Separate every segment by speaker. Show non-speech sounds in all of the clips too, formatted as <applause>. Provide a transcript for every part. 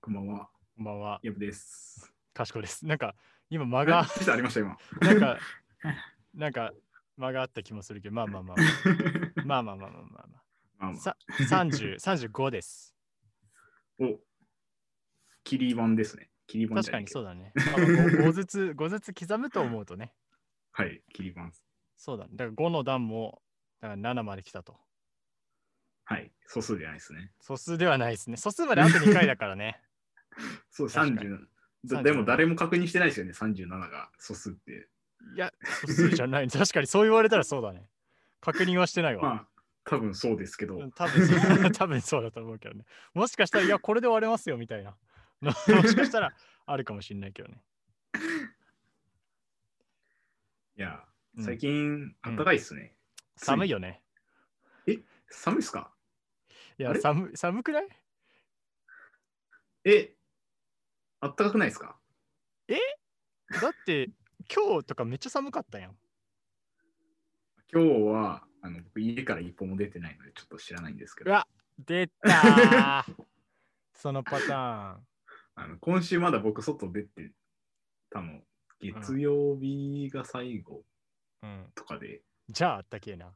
Speaker 1: こんばんは。
Speaker 2: こんばんは。
Speaker 1: ヤブです。
Speaker 2: かしこです。なんか、今間
Speaker 1: あ
Speaker 2: が、
Speaker 1: ありました、
Speaker 2: <laughs>
Speaker 1: 今。
Speaker 2: なんか、なんか、間があった気もするけど、まあまあまあまあ。まあまあまあまあまあま
Speaker 1: まあま
Speaker 2: あ。
Speaker 1: あ
Speaker 2: さ30 35です。
Speaker 1: お、キリ版ですね。キリ版じ
Speaker 2: 確
Speaker 1: ゃな
Speaker 2: か
Speaker 1: い
Speaker 2: に
Speaker 1: け
Speaker 2: そ
Speaker 1: ど
Speaker 2: うだね。あ5ずつ、5ずつ刻むと思うとね。
Speaker 1: はい、キリ版。
Speaker 2: そうだね。だから5の段も、だから7まで来たと。
Speaker 1: はい、素数じゃないですね。
Speaker 2: 素数ではないですね。素数まであと2回だからね。
Speaker 1: そう、
Speaker 2: 確かに
Speaker 1: 30。
Speaker 2: 37
Speaker 1: だでも誰も確認してないですよね、37が素数って。
Speaker 2: いや、素数じゃない。確かにそう言われたらそうだね。確認はしてないわ。
Speaker 1: まあ、多分そうですけど、
Speaker 2: うん多分そう <laughs> 多分そうだと思うけどね。もしかしたら、いや、これで終われますよみたいな。 <laughs> もしかしたら、あるかもしれないけどね。
Speaker 1: いや、
Speaker 2: うん
Speaker 1: 最近、暖かいっすね。
Speaker 2: 寒いよね。
Speaker 1: 寒いっすか
Speaker 2: い
Speaker 1: あ
Speaker 2: や、
Speaker 1: れ
Speaker 2: 寒寒くない
Speaker 1: え、暖かくないですか
Speaker 2: だって、今日とかめっちゃ寒かったやん。
Speaker 1: 今日は、あの僕家から一歩も出てないので、ちょっと知らないんですけ
Speaker 2: う
Speaker 1: ど、
Speaker 2: わ、出たー <laughs> そのパターン。
Speaker 1: あの今週まだ僕、外出てたの、月曜日が最後
Speaker 2: うん、
Speaker 1: とかで、 <laughs>
Speaker 2: じゃあ、あったけえな。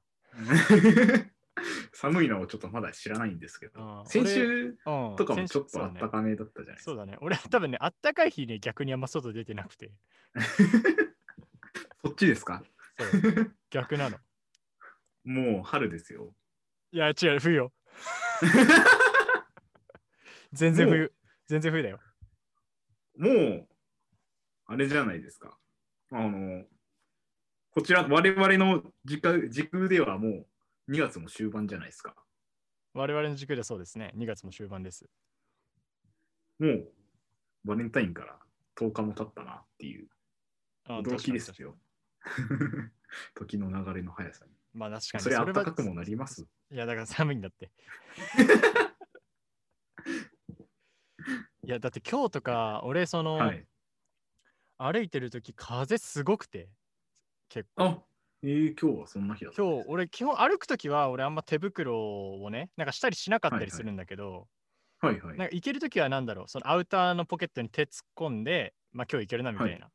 Speaker 1: 寒いのをちょっとまだ知らないんですけ
Speaker 2: あ
Speaker 1: ど、
Speaker 2: ー
Speaker 1: 先週
Speaker 2: うん、
Speaker 1: とかも
Speaker 2: 先
Speaker 1: ちょっと
Speaker 2: そう
Speaker 1: あ
Speaker 2: だ
Speaker 1: っ
Speaker 2: ね
Speaker 1: たかめだったじゃないです
Speaker 2: そう
Speaker 1: か。
Speaker 2: だね。俺は多分ね、あったかい日ね、逆にあんま外出てなくて。
Speaker 1: そっちですか <laughs>
Speaker 2: そう逆なの。
Speaker 1: もう春ですよ。
Speaker 2: いや、違う、冬
Speaker 1: <laughs>
Speaker 2: よ。全然
Speaker 1: も
Speaker 2: 冬。全然冬だよ。
Speaker 1: もう、あれじゃないですか。あの、こちら、我々の時間時空ではもう2月も終盤じゃないですか。
Speaker 2: 我々の軸ではそうですね。2月も終盤です。
Speaker 1: もう、バレンタインから10日も経ったなっていう、
Speaker 2: あ
Speaker 1: 驚きです
Speaker 2: 確かに
Speaker 1: よ。 <laughs> 時の流れの速さに。
Speaker 2: まあ確かに。
Speaker 1: それ、
Speaker 2: は
Speaker 1: 暖かくもなります。
Speaker 2: いや、だから寒いん
Speaker 1: <laughs>
Speaker 2: だって。いや、だって今日とか、俺、その、
Speaker 1: はい。
Speaker 2: 歩いてる時風すごくて、結構。
Speaker 1: あえー、今日はそんな日だったん
Speaker 2: 今
Speaker 1: で
Speaker 2: 日
Speaker 1: す、
Speaker 2: 俺、基本歩く時は、俺、あんま手袋をね、なんかしたりしなかった
Speaker 1: はい
Speaker 2: り
Speaker 1: はい
Speaker 2: するんだけど、
Speaker 1: はいはい。
Speaker 2: なんか行ける時は、なんだろう、そのアウターのポケットに手突っ込んで、まあ今日行けるなみたいな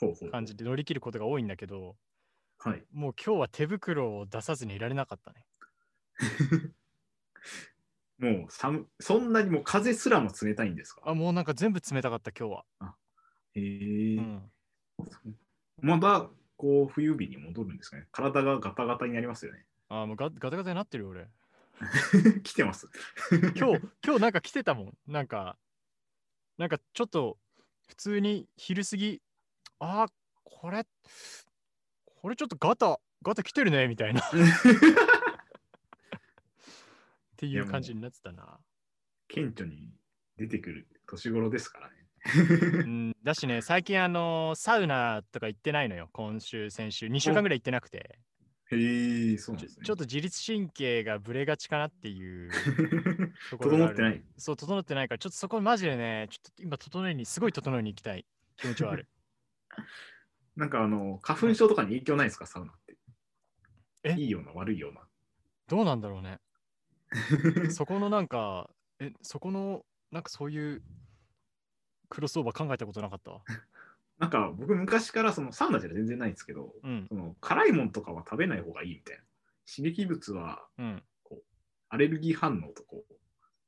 Speaker 1: ほうほう
Speaker 2: 感じで乗り切ることが多いんだけど、
Speaker 1: はい。
Speaker 2: もう今日は手袋を出さずにいられなかったね。
Speaker 1: もう寒、そんなにもう風すらも冷たいんですか
Speaker 2: あ、もうなんか全部冷たかった、今日は。
Speaker 1: へえー
Speaker 2: うん。
Speaker 1: また、こう、冬日に戻るんですかね。体がガタガタになりますよね。 <laughs>
Speaker 2: あ、もうガガタガタになってるよ、俺。
Speaker 1: 来てます。
Speaker 2: 今日、今日なんか来てたもん。なんか、なんかちょっと、普通に昼過ぎ、あー、これ、これちょっとガタ、ガタ来てるね、み
Speaker 1: <laughs>
Speaker 2: たいな。っていう感じになってたな。
Speaker 1: <laughs> 顕著に出てくる年頃ですからね。
Speaker 2: うん、だしね、最近、あのーサウナとか行ってないのよ。今週、先週、2週間ぐらい行ってなくて。
Speaker 1: へえそうなん
Speaker 2: ちょ
Speaker 1: ですね。
Speaker 2: ちょっと自律神経がブレがちかなっていう
Speaker 1: <laughs>
Speaker 2: ところ
Speaker 1: 整
Speaker 2: が
Speaker 1: っ
Speaker 2: あ
Speaker 1: て
Speaker 2: る
Speaker 1: ない。
Speaker 2: そう整ってないからちょっとそこマジでねちょっと今整えにすごい整えに行きたい気持ち
Speaker 1: <laughs>
Speaker 2: はある
Speaker 1: なんかあの、花粉症とかに影響ないですか、サウナって。
Speaker 2: え
Speaker 1: いいような、悪いような。
Speaker 2: どうなんだろうねそこのなんかえそこのなんかそういうクロスオーバー考えたことなかったわ
Speaker 1: なんか僕、昔からそのサウナじゃ全然ないんですけど、
Speaker 2: うん
Speaker 1: その辛いもんとかは食べない方がいいみたいな。刺激物は
Speaker 2: うん
Speaker 1: アレルギー反応とこう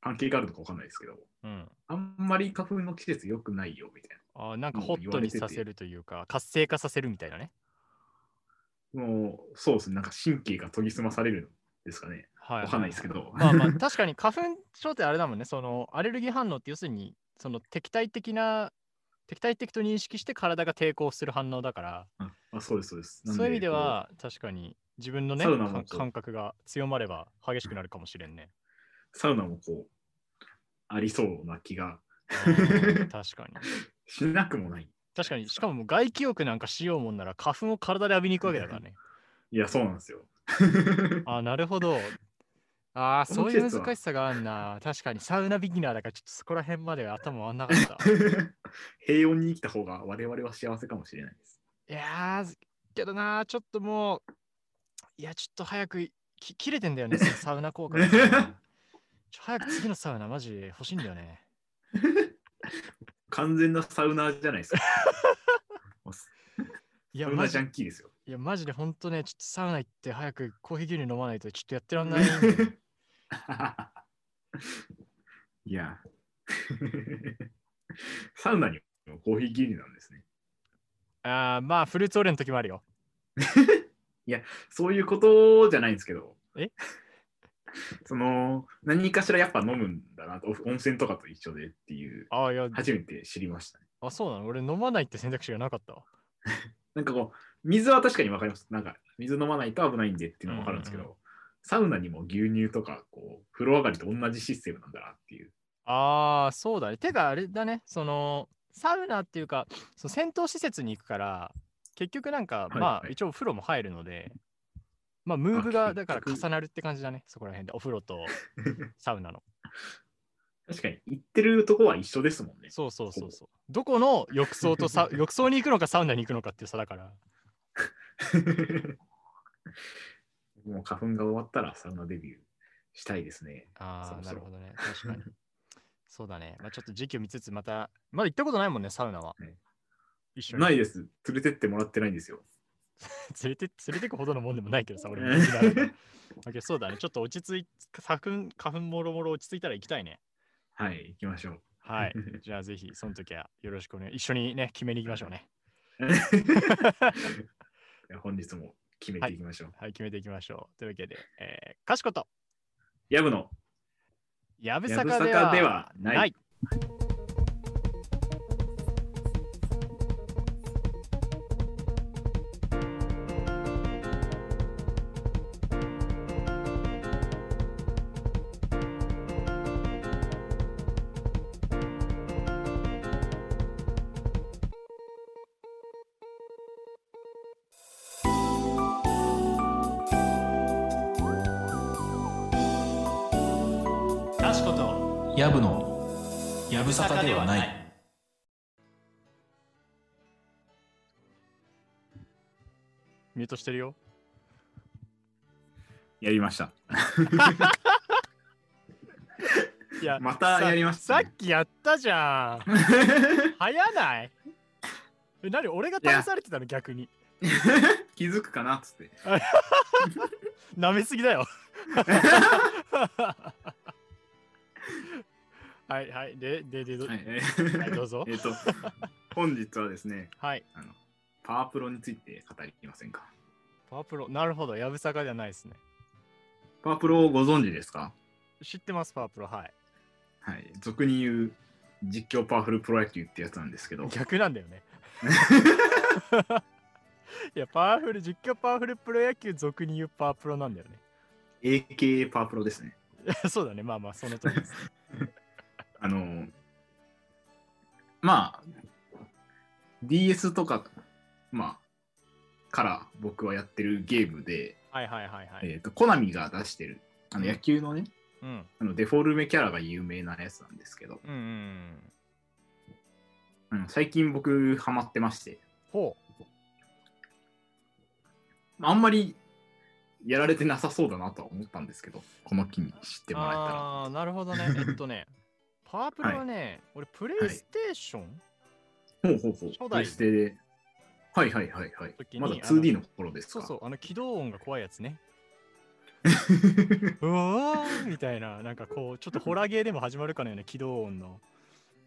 Speaker 1: 関係があるのかわかんないですけど、
Speaker 2: うん
Speaker 1: あんまり花粉の季節良くないよみたい
Speaker 2: あーなんか
Speaker 1: うん
Speaker 2: ホットに
Speaker 1: 言われて
Speaker 2: さ
Speaker 1: て
Speaker 2: せるというか活性化させるみたいなね
Speaker 1: な。もうそうですね、なんか神経が研ぎ澄まされるんですかね。
Speaker 2: はい
Speaker 1: わかんないですけど。
Speaker 2: まあまあ確かに花粉症ってあれだもんねそのアレルギー反応って要するにその敵対的な敵対的と認識して体が抵抗する反応だから
Speaker 1: <laughs> ああそうです、そうです。なん
Speaker 2: そういう意味で、は確かに自分のね
Speaker 1: サウナも
Speaker 2: か
Speaker 1: そう
Speaker 2: 感覚が強まれば激しくなるかもしれ
Speaker 1: <laughs>
Speaker 2: んね。
Speaker 1: こうサウナもこう、ありそうな気が
Speaker 2: あー確かに
Speaker 1: しなくもない。
Speaker 2: 確かにしかももう外気浴なんかしようもんなら花粉を体で浴びに行くわけ
Speaker 1: <laughs>
Speaker 2: だからね。
Speaker 1: いや、そうなんですよ。
Speaker 2: あーなるほど。ああ
Speaker 1: この
Speaker 2: そう
Speaker 1: 季
Speaker 2: い
Speaker 1: 節
Speaker 2: う
Speaker 1: は。
Speaker 2: 難しさがあんな確かにサウナビギナーだからちょっとそこら辺までは頭回んなかった
Speaker 1: <laughs> 平穏に生きた方が我々は幸せかもしれないです。
Speaker 2: いやー、けどなー、ちょっともう、いや、ちょっと早くき切
Speaker 1: <laughs>
Speaker 2: れてんだよね、そのサウナ効果が。ちょ早く次のサウナ、マジ欲しいんだよね。
Speaker 1: 完全なサウナーじゃない
Speaker 2: <laughs>
Speaker 1: ですか。もうサ
Speaker 2: いや、
Speaker 1: ウ
Speaker 2: マ
Speaker 1: ナジ
Speaker 2: ジ
Speaker 1: ャンキーですよ。
Speaker 2: いやマジで本当ね、ちょっとサウナ行って早くコーヒー牛乳飲まないとちょっとやってらんないんだよね。
Speaker 1: いや。 <laughs> サウナにもコーヒー牛乳なんですね。
Speaker 2: <laughs> あーまあ、フルーツオレの時もあるよ。
Speaker 1: そういうことじゃないんですけど。
Speaker 2: え
Speaker 1: その何かしらやっぱ飲むんだなとお温泉とかと一緒でっていう
Speaker 2: ああ、いや、
Speaker 1: 初めて知りましたね。
Speaker 2: あ、そうなの俺飲まないって選択肢がなかったわ。
Speaker 1: なんかこう水は確かに分かります。なんか水飲まないと危ないんでっていうのは分かるんですけど、
Speaker 2: うん
Speaker 1: サウナにも牛乳とかこう風呂上がりと同じシステムなんだなっていう。
Speaker 2: ああ、そうだね。てか、あれだね、その、サウナっていうか、その戦闘施設に行くから、結局なんか、
Speaker 1: はい
Speaker 2: ま
Speaker 1: は
Speaker 2: あ、
Speaker 1: い
Speaker 2: 一応お風呂も入るので、まあ、ムーブが、
Speaker 1: あ
Speaker 2: だから
Speaker 1: 結局
Speaker 2: 重なるって感じだね、そこら辺で、お風
Speaker 1: <laughs>
Speaker 2: 呂とサウナの。
Speaker 1: 確かに行ってるとこは一緒ですもんね。 <laughs>
Speaker 2: そうそうそうそう。どこの浴槽とさ浴槽に行くのかサウナに行くのかっていう差だから。
Speaker 1: もう花粉が終わったらサウナデビューしたいですね。
Speaker 2: あ
Speaker 1: そ
Speaker 2: あ、
Speaker 1: う
Speaker 2: な
Speaker 1: そう
Speaker 2: るほどね。確かに。そうだね。まあ、ちょっと時期を見つつ、また、まだ行ったことないもんね、サウナは。
Speaker 1: はい
Speaker 2: 一緒に
Speaker 1: ないです。連れてってもらってないんですよ。
Speaker 2: <laughs> 連れて連れてくほどのもんでもないけどさ、俺も
Speaker 1: うん
Speaker 2: 沖縄だから。だけどそうだね、ちょっと落ち着い、花粉、花粉もろもろ落ち着いたら行きたいね。
Speaker 1: はい、行きましょう。 <laughs>
Speaker 2: はい。じゃあぜひ、その時はよろしくお願い。一緒にね、決めに行きましょうね。
Speaker 1: いや本日も決めていきましょう。
Speaker 2: はい、決めていきましょう。というわけで、えー、かしこと、
Speaker 1: ヤブの
Speaker 2: やぶ
Speaker 1: や
Speaker 2: さ
Speaker 1: ぶ
Speaker 2: か
Speaker 1: さ
Speaker 2: で
Speaker 1: かで
Speaker 2: は
Speaker 1: はない。
Speaker 2: ない。かしこと、
Speaker 3: やぶのやぶさかではない。
Speaker 2: ミュートしてるよ。
Speaker 1: やりました。 <laughs>
Speaker 2: いや、
Speaker 1: またやりました
Speaker 2: さ
Speaker 1: ね
Speaker 2: さっきやったじゃん。早ないえ、何俺が試されてたの逆に。
Speaker 1: 気づくかなっつって。
Speaker 2: 舐めすぎだよ。 <laughs> はいはい。で、で、で、ど,、
Speaker 1: は
Speaker 2: はいい、
Speaker 1: えー
Speaker 2: どうぞ
Speaker 1: <laughs> 。えっと、本日はですね、
Speaker 2: はい。
Speaker 1: あのパワープロについて語りませんか。
Speaker 2: パワープロ。なるほど。やぶさかではないですね。
Speaker 1: パワープロをご存知ですか
Speaker 2: 知ってます、パワープロ。はい。
Speaker 1: はい。俗に言う実況パワフルプロ野球ってやつなんですけど、
Speaker 2: 逆なんだよね。 <laughs> いや、パワフル、実況パワフルプロ野球、俗に言うパワープロなんだよね。 <laughs>
Speaker 1: AKA パワープロですね。
Speaker 2: そうだね。まあまあ、その通りです。
Speaker 1: あの、まあ、DS とか、まあ、から僕はやってるゲームで、
Speaker 2: はいはいはいはい。
Speaker 1: えっ、と、コナミが出してる、あの野球のね、
Speaker 2: うん。
Speaker 1: あのデフォルメキャラが有名なやつなんですけど、
Speaker 2: うんうんうん。
Speaker 1: あの最近僕ハマってまして、
Speaker 2: ほ
Speaker 1: まああんまりやられてなさそうだなとは思ったんですけど、この機に知って
Speaker 2: う。
Speaker 1: もらえたら。
Speaker 2: ああー、なるほど
Speaker 1: <laughs>
Speaker 2: ね。えっとね、パワープロはね、俺、プレイステーション、
Speaker 1: ほうほうほう。
Speaker 2: 初代
Speaker 1: プレステで。はいはいはいはい
Speaker 2: 時。に
Speaker 1: まだ
Speaker 2: あの
Speaker 1: 2D の頃です
Speaker 2: そ
Speaker 1: か。
Speaker 2: うそう、あの、起動音が怖いやつね。うわーみたいな、なんかこう、ちょっとホラーゲーでも始まるかのような起動音の、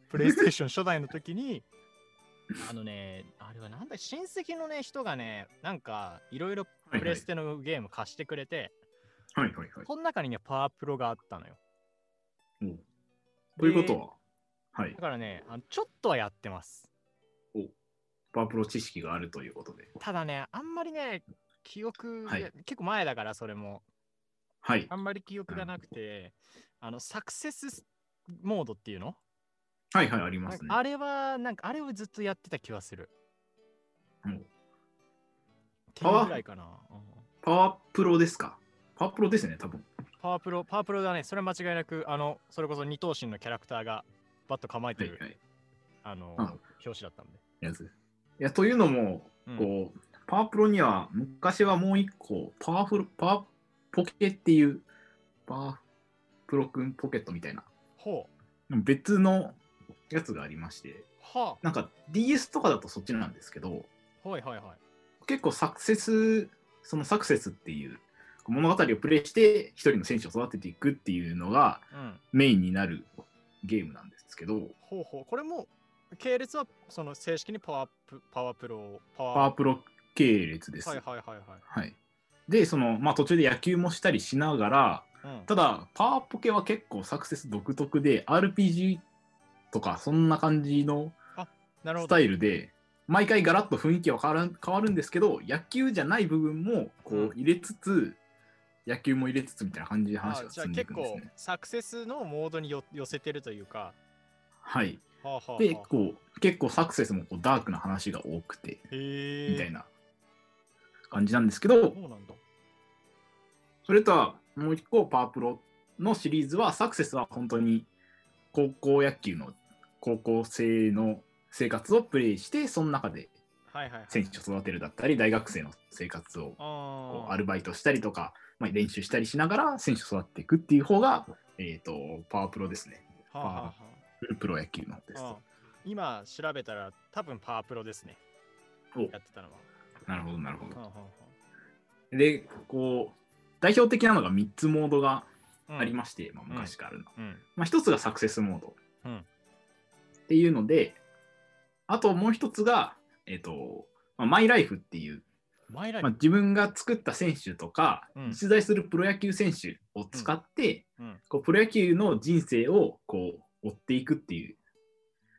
Speaker 2: プレイステーション初代の
Speaker 1: <laughs>
Speaker 2: 時に、あのね、あれはなんだ、親戚のね、人がね、なんか、いろいろプレステのゲーム貸してくれて、
Speaker 1: はいはいはい。
Speaker 2: この中にね、パワープロがあったのよ。
Speaker 1: うんということは、はい
Speaker 2: だ。からね、あのちょっとはやってます。
Speaker 1: パワープロ知識があるということで。
Speaker 2: ただね、あんまりね、記憶が、
Speaker 1: はい
Speaker 2: 結構前だから、それも。
Speaker 1: はい。
Speaker 2: あんまり記憶がなくて、あの、サクセスモードっていうの
Speaker 1: はいはい、あります
Speaker 2: なん
Speaker 1: ね
Speaker 2: か。あれは、なんかあれをずっとやってた気はする。
Speaker 1: うん
Speaker 2: 手ぐらいかな。うん
Speaker 1: パワープロですかパワープロですね、多分。
Speaker 2: パワープロ、パワープロだね。それは間違いなく、あの、それこそ二頭身のキャラクターがバッと構え
Speaker 1: は
Speaker 2: て
Speaker 1: い
Speaker 2: る、
Speaker 1: はい。
Speaker 2: あの、
Speaker 1: うん
Speaker 2: 表紙だったんで。
Speaker 1: やつ。いや、というのも、
Speaker 2: うん
Speaker 1: こう、パワープロには昔はもう一個、パワフル、パワポケっていう、パワープロくんポケットみたいな、
Speaker 2: ほ
Speaker 1: 別のやつがありまして、
Speaker 2: は
Speaker 1: なんか DS とかだとそっちなんですけど、
Speaker 2: あ。はいはいはい。
Speaker 1: 結構サクセス、そのサクセスっていう物語をプレイして、一人の選手を育てていくっていうのが
Speaker 2: うん。
Speaker 1: メインになるゲームなんですけど、
Speaker 2: ほうほう。これも、系列は、その正式にパワープパワープロ、パ
Speaker 1: パワー
Speaker 2: ワー
Speaker 1: プロ系列です。
Speaker 2: はいはいはいはい。
Speaker 1: はいで、その、まあ途中で野球もしたりしながら、
Speaker 2: うん、
Speaker 1: ただ、パワーポケは結構サクセス独特で、RPG とかそんな感じの
Speaker 2: なるほ
Speaker 1: ス
Speaker 2: ど。
Speaker 1: タイルで、毎回ガラッと雰囲気は変わる変わるんですけど、野球じゃない部分もこ
Speaker 2: うん
Speaker 1: う入れつつ、野球も入れつつみたいな感じで話
Speaker 2: あ
Speaker 1: が
Speaker 2: じ
Speaker 1: 進
Speaker 2: ゃあ
Speaker 1: んでいく
Speaker 2: 結
Speaker 1: んです
Speaker 2: 構
Speaker 1: ね。
Speaker 2: サクセスのモードによ寄せてるというか。
Speaker 1: はい、
Speaker 2: はあ、はあはあ
Speaker 1: でこう、結構サクセスもこうダークな話が多くて
Speaker 2: へえ。
Speaker 1: みたいな感じなんですけど、
Speaker 2: そうなんだ。
Speaker 1: それとはもう一個、パワープロのシリーズは、サクセスは本当に高校野球の高校生の生活をプレイして、その中で
Speaker 2: はいはいはい。
Speaker 1: 選手を育てるだったり、大学生の生活をこ
Speaker 2: あ
Speaker 1: う
Speaker 2: あ
Speaker 1: アルバイトしたりとか、まあ、練習したりしながら選手を育っていくっていう方が、えー、とパワープロですね。
Speaker 2: はあはあは
Speaker 1: プロ野球のです。
Speaker 2: あ、うん今調べたら多分パワープロですね。
Speaker 1: お
Speaker 2: やってたのは。
Speaker 1: なるほど、なるほ
Speaker 2: はあはあは
Speaker 1: ど。で、こう、代表的なのが3つモードが
Speaker 2: あうん
Speaker 1: ありまして、まあ、昔からあるの。
Speaker 2: うん。
Speaker 1: まあ、1つがサクセスモード、
Speaker 2: うん
Speaker 1: っていうので、あともう1つが、えっ、と、まあマイライフっていう、
Speaker 2: マイライ
Speaker 1: まあ、
Speaker 2: フ。
Speaker 1: 自分が作った選手とか、
Speaker 2: うん
Speaker 1: 実在するプロ野球選手を使って、
Speaker 2: うんうん
Speaker 1: こうプロ野球の人生をこう追っていくっていう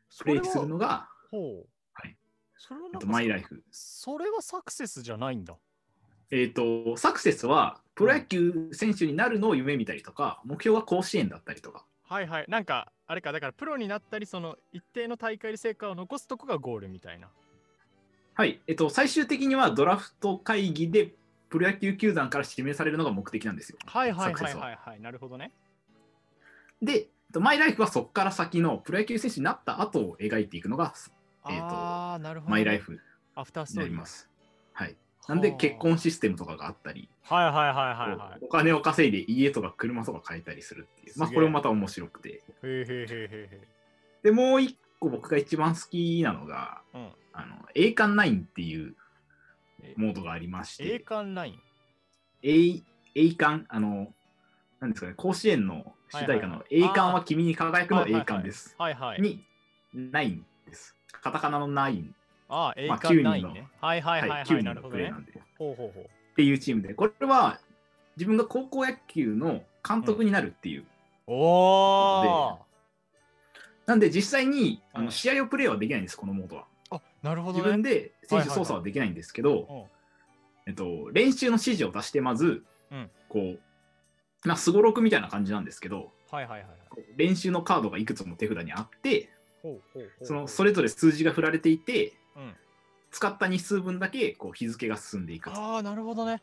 Speaker 2: そ
Speaker 1: プレ
Speaker 2: れ
Speaker 1: イする
Speaker 2: は
Speaker 1: のが、
Speaker 2: ほう。
Speaker 1: はい。
Speaker 2: それは
Speaker 1: え
Speaker 2: な
Speaker 1: っと
Speaker 2: んか
Speaker 1: マイライフ。
Speaker 2: それはサクセスじゃないんだ。
Speaker 1: えっ、と、サクセスはプロ野球選手になるのを夢見たりとか、目標が甲子園だったりとか、
Speaker 2: はいはい。なんか、あれか、だからプロになったり、その一定の大会で成果を残すとこがゴールみたいな。
Speaker 1: はい、えっ、と、最終的にはドラフト会議でプロ野球球団から指名されるのが目的なんですよ。
Speaker 2: はいは
Speaker 1: サ
Speaker 2: い
Speaker 1: ク
Speaker 2: は
Speaker 1: セ
Speaker 2: い
Speaker 1: ス
Speaker 2: はい
Speaker 1: は。
Speaker 2: はい。なるほどね。
Speaker 1: で、えっとマイライフはそこから先のプロ野球選手になった後を描いていくのがえーと
Speaker 2: ああ、なるほどね。
Speaker 1: マイライフ
Speaker 2: アフタース
Speaker 1: に
Speaker 2: ト
Speaker 1: な
Speaker 2: ー
Speaker 1: り
Speaker 2: リー。
Speaker 1: ます。はい。なんで
Speaker 2: はあ
Speaker 1: 結。婚システムとかがあったり、
Speaker 2: はいはいはいはいはい。
Speaker 1: お金を稼いで家とか車とか買えたりするっていう、まあ、
Speaker 2: すげえ
Speaker 1: これもまた面白くて。
Speaker 2: へーへーへーへーへ
Speaker 1: で、もう一個僕が一番好きなのが、
Speaker 2: ー。うん。
Speaker 1: あの栄冠ナインっていう
Speaker 2: え
Speaker 1: モードがありまして、
Speaker 2: 栄冠ライン。
Speaker 1: 栄栄冠、あの、なんですかね、甲子園の主題歌の栄冠は君に輝くの栄冠です。
Speaker 2: はいはい。
Speaker 1: に、ナインです。カタカナのナイン、
Speaker 2: ああ、栄
Speaker 1: まあ
Speaker 2: 冠ライン
Speaker 1: 9人
Speaker 2: ね
Speaker 1: の。
Speaker 2: はいはいはいは
Speaker 1: 9
Speaker 2: い。な
Speaker 1: 人
Speaker 2: る
Speaker 1: の
Speaker 2: ほ
Speaker 1: プ
Speaker 2: ど
Speaker 1: レイ
Speaker 2: ね
Speaker 1: な。んで。
Speaker 2: ほうほうほう。
Speaker 1: っていうチームで、これは自分が高校野球の監督になるっていう。
Speaker 2: お
Speaker 1: なんで実際にあ
Speaker 2: う
Speaker 1: の
Speaker 2: ん
Speaker 1: 試合をプレーはできないんです、このモードは。
Speaker 2: ー。あ、なるほ
Speaker 1: 自
Speaker 2: ど
Speaker 1: 分
Speaker 2: ね。
Speaker 1: で選手操作はできないんですけど、
Speaker 2: う
Speaker 1: え
Speaker 2: ん
Speaker 1: っと、練習の指示を出してまず、
Speaker 2: うん
Speaker 1: こう、まあ、すごろくみたいな感じなんですけど、
Speaker 2: はいはいはいはい。
Speaker 1: こう練習のカードがいくつも手札にあって、
Speaker 2: ほうほうほうほう。
Speaker 1: そのそれぞれ数字が振られていて、
Speaker 2: うん
Speaker 1: 使った日数分だけこう日付が進んでいく
Speaker 2: ああ、なるほどね。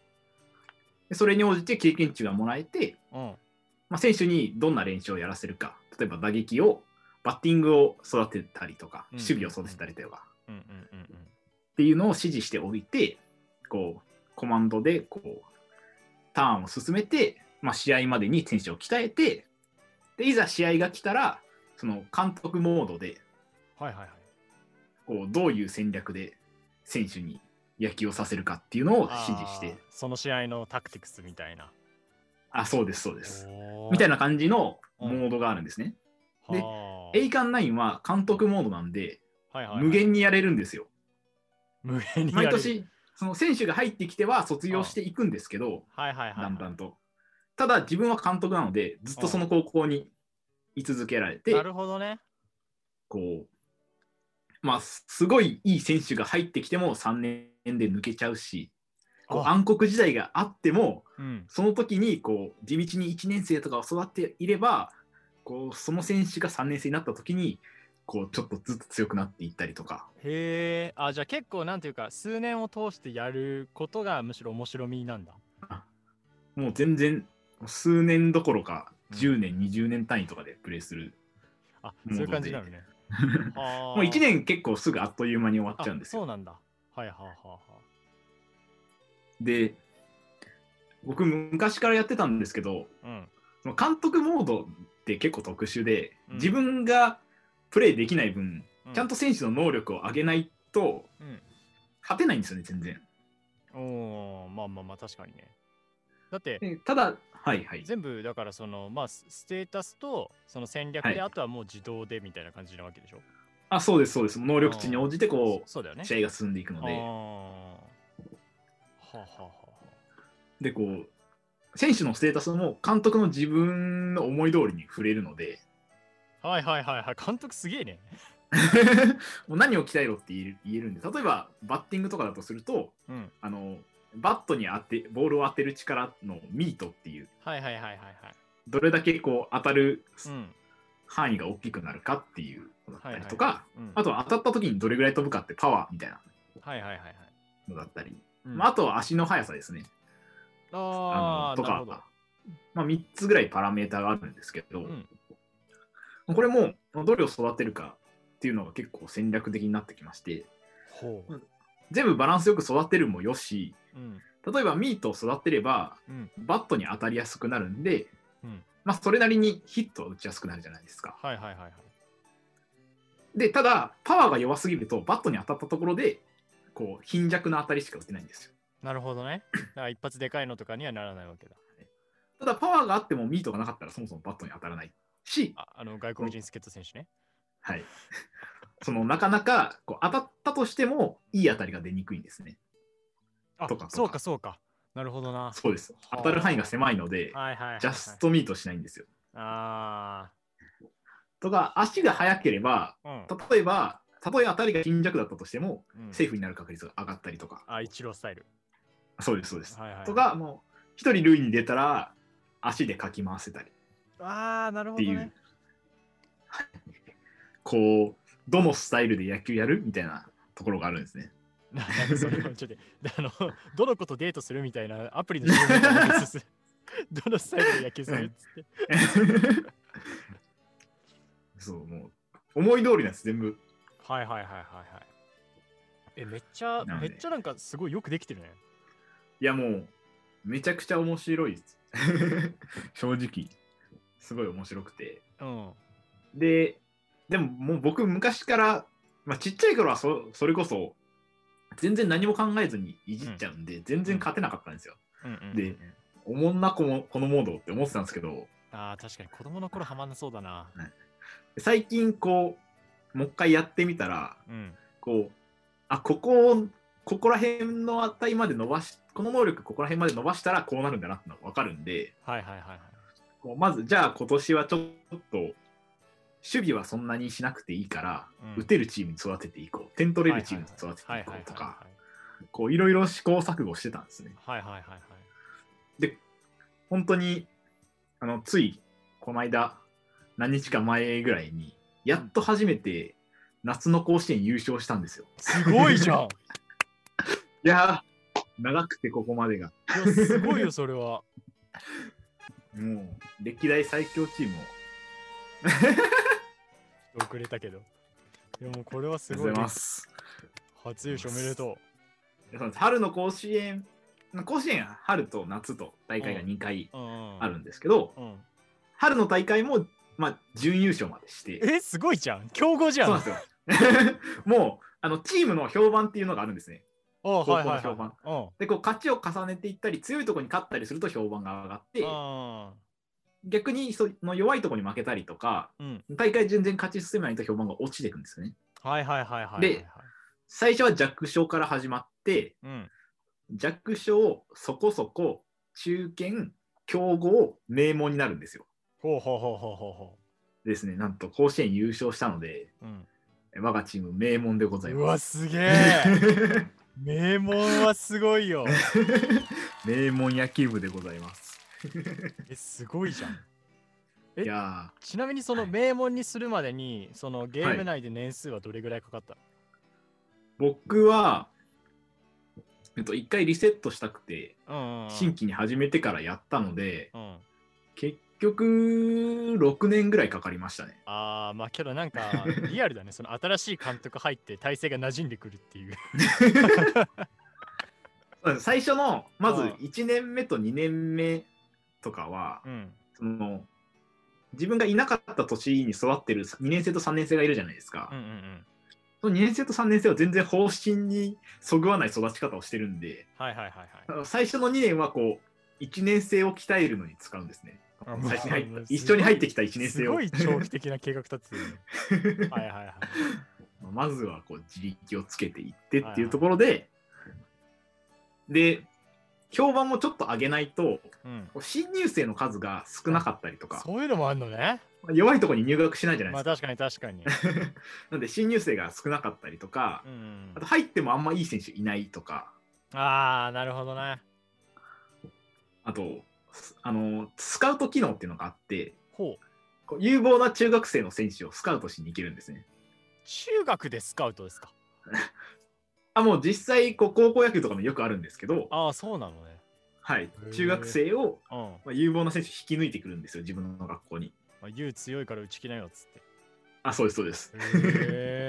Speaker 1: でそれに応じて経験値がもらえて、
Speaker 2: うん。
Speaker 1: まあ、選手にどんな練習をやらせるか、例えば打撃を、バッティングを育てたりとか、
Speaker 2: うん
Speaker 1: 守備を育てたりとか
Speaker 2: うんうんうんうん。
Speaker 1: っていうのを指示しておいて、こう、コマンドで、こう、ターンを進めて、まあ、試合までに選手を鍛えて、で、いざ試合が来たら、その監督モードで、
Speaker 2: はいはいはい。
Speaker 1: こう、どういう戦略で選手に野球をさせるかっていうのを指示して、
Speaker 2: あーその試合のタクティクスみたいな。
Speaker 1: あそうです、そうです。み
Speaker 2: み
Speaker 1: たい
Speaker 2: な。
Speaker 1: な感じのモードがあるんですね。で
Speaker 2: はー
Speaker 1: 栄冠9は監督モードなんで、
Speaker 2: はいはいはい
Speaker 1: 無限にやれるんですよ。
Speaker 2: 無限にやれ
Speaker 1: 毎
Speaker 2: る。
Speaker 1: 年、その選手が入ってきては卒業していくんですけど、
Speaker 2: はいはいはい。
Speaker 1: だんだんと。ただ、自分は監督なので、ずっとその高校に居続けられて
Speaker 2: な、るほどね。
Speaker 1: こう、まあ、すすごいいい選手が入ってきても3年で抜けちゃうし、こう
Speaker 2: あ
Speaker 1: 暗黒時代があっても、
Speaker 2: うん。
Speaker 1: その時にこう地道に1年生とかを育っていれば、こうその選手が3年生になった時に、こうちょっとずつ強くなっていったりとか、
Speaker 2: へえ。あ、じゃあ結構なんていうか、数年を通してやることがむしろ面白みなんだ。
Speaker 1: もう全然数年どころか10年、20年単位とかでプレーする
Speaker 2: あ、
Speaker 1: モードで
Speaker 2: そういう感じなの
Speaker 1: <laughs>
Speaker 2: ね。も
Speaker 1: もう1年結構すぐあっという間に終わっちゃうんです
Speaker 2: そう
Speaker 1: よ。
Speaker 2: なんだ。はいはいはいはい。
Speaker 1: で、僕昔からやってたんですけど、
Speaker 2: うん。
Speaker 1: その監督モードって結構特殊で、
Speaker 2: うん
Speaker 1: 自分がプレイできない分、
Speaker 2: う
Speaker 1: ちゃんと選手の能力を上げないと、
Speaker 2: うん
Speaker 1: 勝てないんですよね、全然。
Speaker 2: おーまあまあまあ確かにねだって
Speaker 1: でただ、はいはい。
Speaker 2: 全部だからそのまあスステータスとその戦略で、
Speaker 1: はい
Speaker 2: あとはもう自動でみたいな感じなわけでしょ
Speaker 1: あ、そうです、そうです。能力値に応じて、こ
Speaker 2: そうだよ
Speaker 1: う、
Speaker 2: ね
Speaker 1: 試合が進んでいくの
Speaker 2: あー
Speaker 1: で。
Speaker 2: はあはあは
Speaker 1: でこう選手のステータスも監督の自分の思い通りに触れるので <laughs>
Speaker 2: あはいはいはいはい監督すげえね
Speaker 1: もう何を鍛えろって言える言えるんで例えばバッティングとかだとすると
Speaker 2: うん
Speaker 1: あのバットに当てボールを当てる力のミートっていう
Speaker 2: はいはいはいはいはい
Speaker 1: どれだけこう当たる
Speaker 2: うん
Speaker 1: 範囲が大きくなるかっていうのだったりとか、
Speaker 2: うん
Speaker 1: あとは当たった時にどれぐらい飛ぶかってパワーみたいな
Speaker 2: はいはいはいはい
Speaker 1: のだったり、
Speaker 2: うん
Speaker 1: まあ、あとは足の速さですね
Speaker 2: あ
Speaker 1: あの
Speaker 2: あ
Speaker 1: と
Speaker 2: なる
Speaker 1: か
Speaker 2: ほど、
Speaker 1: まあ、3つぐらいパラメーターがあるんですけど、
Speaker 2: うん
Speaker 1: これもどれを育てるかっていうのが結構戦略的になってきまして
Speaker 2: ほう
Speaker 1: 全部バランスよく育てるもよし
Speaker 2: うん
Speaker 1: 例えばミートを育てれば
Speaker 2: うん
Speaker 1: バットに当たりやすくなるんで、
Speaker 2: うん
Speaker 1: まあ、それなりにヒットは打ちやすくなるじゃないですか。
Speaker 2: はいはいはいはい
Speaker 1: でただパワーが弱すぎるとバットに当たったところでこう貧弱な当たりしか打てないんですよ。
Speaker 2: なるほどねだから一発でかいのとかにはならないわけだ
Speaker 1: ただパワーがあってもミートがなかったらそもそもバットに当たらないし、
Speaker 2: ああの外国人助っ人選手ね
Speaker 1: はい、そのなかなかこう当たったとしてもいい当たりが出にくいんですね。
Speaker 2: あ
Speaker 1: とかとか
Speaker 2: そうかそうかなるほどな
Speaker 1: そうです。
Speaker 2: あ
Speaker 1: 当たる範囲が狭いので、
Speaker 2: はいはいはい、はい、
Speaker 1: ジャストミートしないんですよ。
Speaker 2: あ
Speaker 1: とか、足が速ければ、
Speaker 2: あ、うん
Speaker 1: 例えば、たとえ当たりが貧弱だったとしても、
Speaker 2: うん
Speaker 1: セーフになる確率が上がったりとか、
Speaker 2: あ、一郎スタイル。
Speaker 1: そうです、そうです。
Speaker 2: はいはい、
Speaker 1: とか、もう、一人塁に出たら、足でかき回せたりっ
Speaker 2: ああ、なるほ
Speaker 1: て
Speaker 2: ど、
Speaker 1: い
Speaker 2: ね。
Speaker 1: う、こう、どのスタイルで野球やるみたいなところがあるんですね。
Speaker 2: ななんかそれちょっとであの、どの子とデートするみたいなアプリの CM みたいなやつです <laughs> どのスタイルで野球するっつって。
Speaker 1: <laughs> そう、もう、思い通りのやつ全部、
Speaker 2: はいはいはいはいはい。え、めっちゃ、
Speaker 1: なの
Speaker 2: め
Speaker 1: で
Speaker 2: っちゃなんかすごいよくできてるね。
Speaker 1: いやもう、めちゃくちゃ面白い <laughs> です。正直、すごい面白くて。
Speaker 2: うん。
Speaker 1: で、でももう僕昔から、まあ、ちっちゃい頃はそそれこそ全然何も考えずにいじっちゃうんで、全然勝てなかったんですよ。
Speaker 2: うんうんうん
Speaker 1: でおもんなこもこのモードって思ってたんですけど、
Speaker 2: ああ、確かに子供の頃はまんなそうだな。
Speaker 1: 最近こう、もう一回やってみたら、
Speaker 2: うん。
Speaker 1: こう、あ、ここを、ここら辺の値まで伸ばし、この能力ここら辺まで伸ばしたらこうなるんだなってのが分かるんで、
Speaker 2: はいはいはいはい。
Speaker 1: こうまずじゃあ今年はちょっと、守備はそんなにしなくていいから、
Speaker 2: うん
Speaker 1: 打てるチームに育てていこう、点取れるチームに育てて
Speaker 2: はいい
Speaker 1: こ
Speaker 2: はいはいう
Speaker 1: と
Speaker 2: は
Speaker 1: か、こういろいろ試行錯誤してたんですね。
Speaker 2: いはい。はいはいはいはい。
Speaker 1: で、本当に、あの、つい、この間、何日か前ぐらいに、やっと初めて、夏の甲子園優勝したんですよ。
Speaker 2: すごいじゃんい
Speaker 1: いやー、長くてここまでが。
Speaker 2: やすごいよ、それは。
Speaker 1: もう、歴代最強チームを、
Speaker 2: 遅れたけど。でもうこれはす
Speaker 1: ありがとう
Speaker 2: ご
Speaker 1: ござい
Speaker 2: いね
Speaker 1: ます。
Speaker 2: 初優勝おめでと
Speaker 1: そうです春の甲子園、甲子園は春と夏と大会が2回
Speaker 2: う。うんうん
Speaker 1: あるんですけど、
Speaker 2: うん、
Speaker 1: 春の大会も、まあ、準優勝までして、
Speaker 2: え、すごいじゃん。強豪じゃん。
Speaker 1: そうなんですよ。 <laughs> もうあのチームの評判っていうのがあるんですね。
Speaker 2: ああはいはい
Speaker 1: 高校の評
Speaker 2: は
Speaker 1: 判
Speaker 2: い。うん
Speaker 1: でこう勝ちを重ねていったり強いところに勝ったりすると評判が上がって
Speaker 2: あ
Speaker 1: 逆にその弱いところに負けたりとか
Speaker 2: ーうん。
Speaker 1: 大会全然勝ち進めないと評判が落ちていくんですよね。
Speaker 2: はいはいはいはいはい。
Speaker 1: で、最初は弱小から始まって
Speaker 2: うん。
Speaker 1: 弱小そこそこ中堅強豪名門になるんですよ。
Speaker 2: ほうほうほうほうほうほ
Speaker 1: ですねなんと甲子園優勝したので
Speaker 2: う。うん、
Speaker 1: 我がチーム名門でございうま
Speaker 2: わ、
Speaker 1: す。<laughs>
Speaker 2: すげ <laughs> え。名門はすごいよ。
Speaker 1: 名門野球部でございます。
Speaker 2: え、すごいじゃん。え
Speaker 1: いや
Speaker 2: ちなみにその名門にするまでに、そのゲーム内で年数はどれぐらいかかった、
Speaker 1: ー僕は、えっと、一回リセットしたくて、
Speaker 2: うんうんうん。
Speaker 1: 新規に始めてからやったので、
Speaker 2: うん。
Speaker 1: 結局、6年ぐらいかかりましたね。
Speaker 2: ああ、まあけどなん <laughs> かリアルだね。その新しい監督入って体制が馴染んでくるっていう。
Speaker 1: 最初の、まず
Speaker 2: うん
Speaker 1: 1年目と2年目とかは、
Speaker 2: うん。
Speaker 1: その、自分がいなかった年に育ってる2年生と3年生がいるじゃないですか。
Speaker 2: うんうんうん。
Speaker 1: その2年生と3年生は全然方針にそぐわない育ち方をしてるんで、
Speaker 2: はいはいはいはい。
Speaker 1: あの最初の2年はこう、1年生を鍛えるのに使うんですね。
Speaker 2: あ
Speaker 1: 最初に入っ
Speaker 2: まあ
Speaker 1: た一緒に入ってきた1年
Speaker 2: す
Speaker 1: 生を
Speaker 2: ご。い長期的な計画立つよね。
Speaker 1: <laughs>
Speaker 2: はいはいはい。
Speaker 1: まずはこう自力をつけていってっていうところで、で、評判もちょっと上げないと、
Speaker 2: うん。
Speaker 1: こう新入生の数が少なかったりとか、
Speaker 2: そういうのもあるのね。
Speaker 1: 弱いところに入学しないじゃない
Speaker 2: ま
Speaker 1: で
Speaker 2: あ
Speaker 1: すか。
Speaker 2: 確かに
Speaker 1: <laughs>
Speaker 2: 確かに。
Speaker 1: なんで新入生が少なかったりとか
Speaker 2: う、ん
Speaker 1: あと、入ってもあんまいい選手いないとか、
Speaker 2: ああ、なるほどね。
Speaker 1: あと、すあのスカウト機能っていうのがあって、
Speaker 2: ほう。
Speaker 1: こう有望な中学生の選手をスカウトしに行けるんですね。
Speaker 2: 中学でスカウトですか。
Speaker 1: あもう実際こう、高校野球とかもよくあるんですけど、
Speaker 2: ああ、そうなのね。
Speaker 1: はい
Speaker 2: へ、ー
Speaker 1: 中学生を、
Speaker 2: うん。
Speaker 1: まあ、有望な選手引き抜いてくるんですよ、自分の学校に。
Speaker 2: まあ、ユウ強いから打ち切なよっつって。
Speaker 1: あ、そうです、そうです。
Speaker 2: へ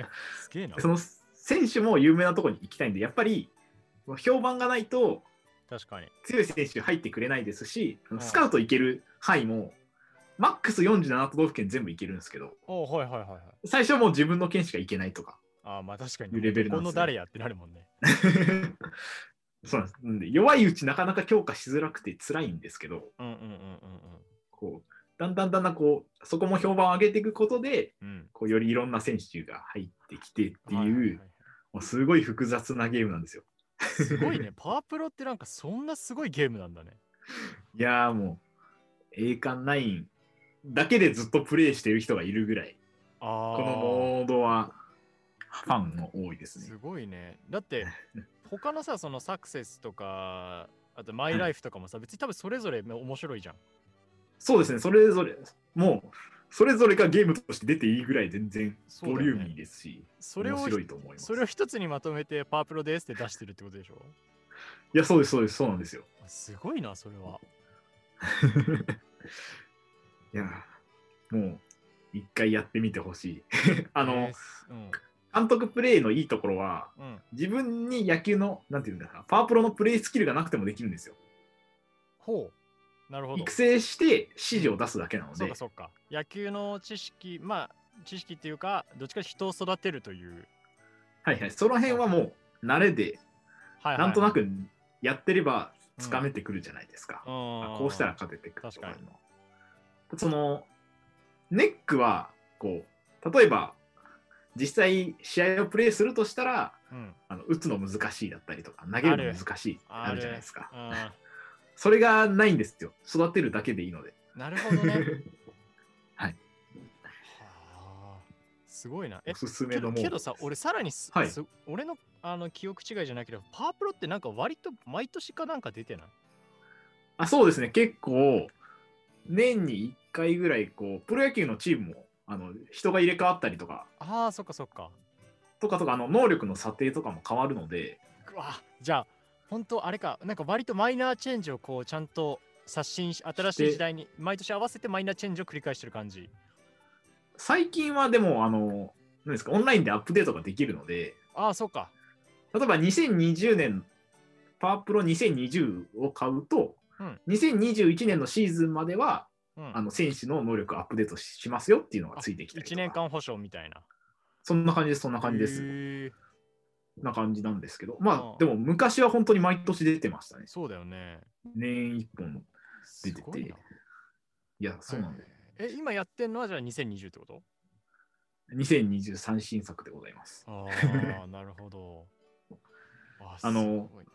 Speaker 2: え。 <laughs> すげえな。
Speaker 1: その選手も有名なところに行きたいんで、やっぱりまあ評判がないと
Speaker 2: 確かに。
Speaker 1: 強い選手入ってくれないですし
Speaker 2: う、ん
Speaker 1: スカウト行ける範囲も、マックス47都道府県全部行けるんですけど、
Speaker 2: おおはいはいはいはい。
Speaker 1: 最初はもう自分の県しか行けないとか。
Speaker 2: ああ、まあ確かに。
Speaker 1: いうレベル
Speaker 2: こ
Speaker 1: なんですね
Speaker 2: この誰やってなるもんね。
Speaker 1: <laughs> そうなんですなんで弱いうちなかなか強化しづらくて辛いんですけど
Speaker 2: うんうんうん
Speaker 1: こうだんだんだんだんこうそこも評判を上げていくことで
Speaker 2: うんうん。うん。
Speaker 1: こうよりいろんな選手が入ってきてっていう、
Speaker 2: はいはいはい
Speaker 1: もうすごい複雑なゲームなんですよ。
Speaker 2: すごいね。パワープロってなんかそんなすごいゲームなんだね。
Speaker 1: いやーもう栄冠ナインだけでずっとプレイしてる人がいるぐらい
Speaker 2: ああ。
Speaker 1: このモードはファンも多いですね
Speaker 2: す。ごいね。だって、他のさ、そのサクセスとか、あとマイライフとかもさ、別に多分それぞれ面白いじゃん。
Speaker 1: そうですねそれぞれもうそれぞれがゲームとして出ていいぐらい全然
Speaker 2: そう
Speaker 1: ボ
Speaker 2: だよね
Speaker 1: リューミーですし、
Speaker 2: それを
Speaker 1: 面、白いと思います。
Speaker 2: それを一つにまとめてパワープロですって出してるってことでしょ
Speaker 1: いや、そうです、そうです、そうなんですよ。
Speaker 2: あすごいな、それは。
Speaker 1: いや、もう、一回やってみてほしい。 <laughs> あの、
Speaker 2: えーすうん。
Speaker 1: 監督プレイのいいところは、
Speaker 2: うん。
Speaker 1: 自分に野球の、なんていうんだろうな、パワープロのプレイスキルがなくてもできるんですよ。
Speaker 2: ほう。なるほど
Speaker 1: 育。成して指示を出すだけなの
Speaker 2: そう
Speaker 1: で
Speaker 2: か、そうか。野球の知識、まあ、知識っていうか、どっちか人を育てるという。
Speaker 1: はいはい、その辺はもう、慣れで、
Speaker 2: はいはい、
Speaker 1: なんとなくやってれば、つかめてくるじゃないですか。あこ
Speaker 2: こ
Speaker 1: うしたら。勝ててくる
Speaker 2: 確かに
Speaker 1: とかいうのそのネックはこう例えば実際試合をプレーするとしたら
Speaker 2: うん。
Speaker 1: あの打つの難しいだったりとか投げる
Speaker 2: あ
Speaker 1: の
Speaker 2: る
Speaker 1: 難しいってあるじゃないですか
Speaker 2: あ
Speaker 1: それがないんですよ育てるだけでいいので
Speaker 2: ーなるほ
Speaker 1: <laughs>
Speaker 2: どね。
Speaker 1: はい
Speaker 2: はあ。すごいな。え
Speaker 1: お、すすめ
Speaker 2: け
Speaker 1: の
Speaker 2: ど
Speaker 1: も
Speaker 2: けどさ、俺さらにす、
Speaker 1: はい
Speaker 2: す俺のあの記憶違いじゃなければ、パワープロってなんか割と毎年かなんか出てない
Speaker 1: あそうですね結構年に1回ぐらいこうプロ野球のチームもあの人が入れ替わったりとか
Speaker 2: ああ、そっかそっか。
Speaker 1: とかとかあの能力の査定とかも変わるので
Speaker 2: うわじゃあ、本当あれか、なんか割とマイナーチェンジをこうちゃんと刷新し、新しい時代に毎年合わせてマイナーチェンジを繰り返してる感じ。
Speaker 1: 最近はでもあの何ですかオンラインでアップデートができるので
Speaker 2: ああ、そっか。
Speaker 1: 例えば2020年パワープロ2020を買うと、
Speaker 2: うん
Speaker 1: 2021年のシーズンまでは
Speaker 2: うん、
Speaker 1: あの選手の能力アップデートしますよっていうのがついてきたりと
Speaker 2: 1
Speaker 1: か
Speaker 2: 年間保証みたいな。
Speaker 1: そんな感じですそんな感じで
Speaker 2: へ
Speaker 1: す
Speaker 2: ー
Speaker 1: な感じなんですけどま
Speaker 2: うん
Speaker 1: あでも昔は本当に毎年出てましたね
Speaker 2: そうだよね。
Speaker 1: 年一本の
Speaker 2: す
Speaker 1: 出てて
Speaker 2: ごいな。
Speaker 1: いやそうなんだよ、
Speaker 2: え、今やってんのはじゃあ2020ってこと
Speaker 1: 2023新作でございます
Speaker 2: ああ、なる
Speaker 1: <laughs>
Speaker 2: ほど。あ
Speaker 1: あの
Speaker 2: すごいな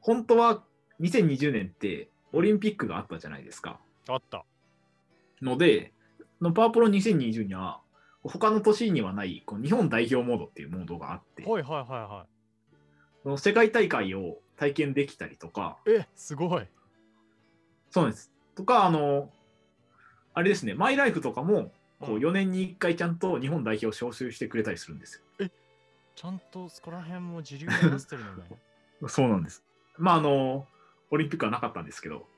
Speaker 1: 本当は2020年ってオリンピックがあったじゃないですか
Speaker 2: あった。
Speaker 1: ので、のパワープロ2020には、他の年にはないこう日本代表モードっていうモードがあって、
Speaker 2: はいはいはいは
Speaker 1: その世界大会を体験できたりとか、
Speaker 2: い。え、すごい。
Speaker 1: そうなんです。とか、あの、あれですね、マイライフとかも、こう
Speaker 2: うん
Speaker 1: 4年に1回ちゃんと日本代表を招集してくれたりするんです
Speaker 2: ちゃんとそこら辺も自流を出してるのね。
Speaker 1: よ。そうなんです。まあ、あの、オリンピックはなかったんですけど、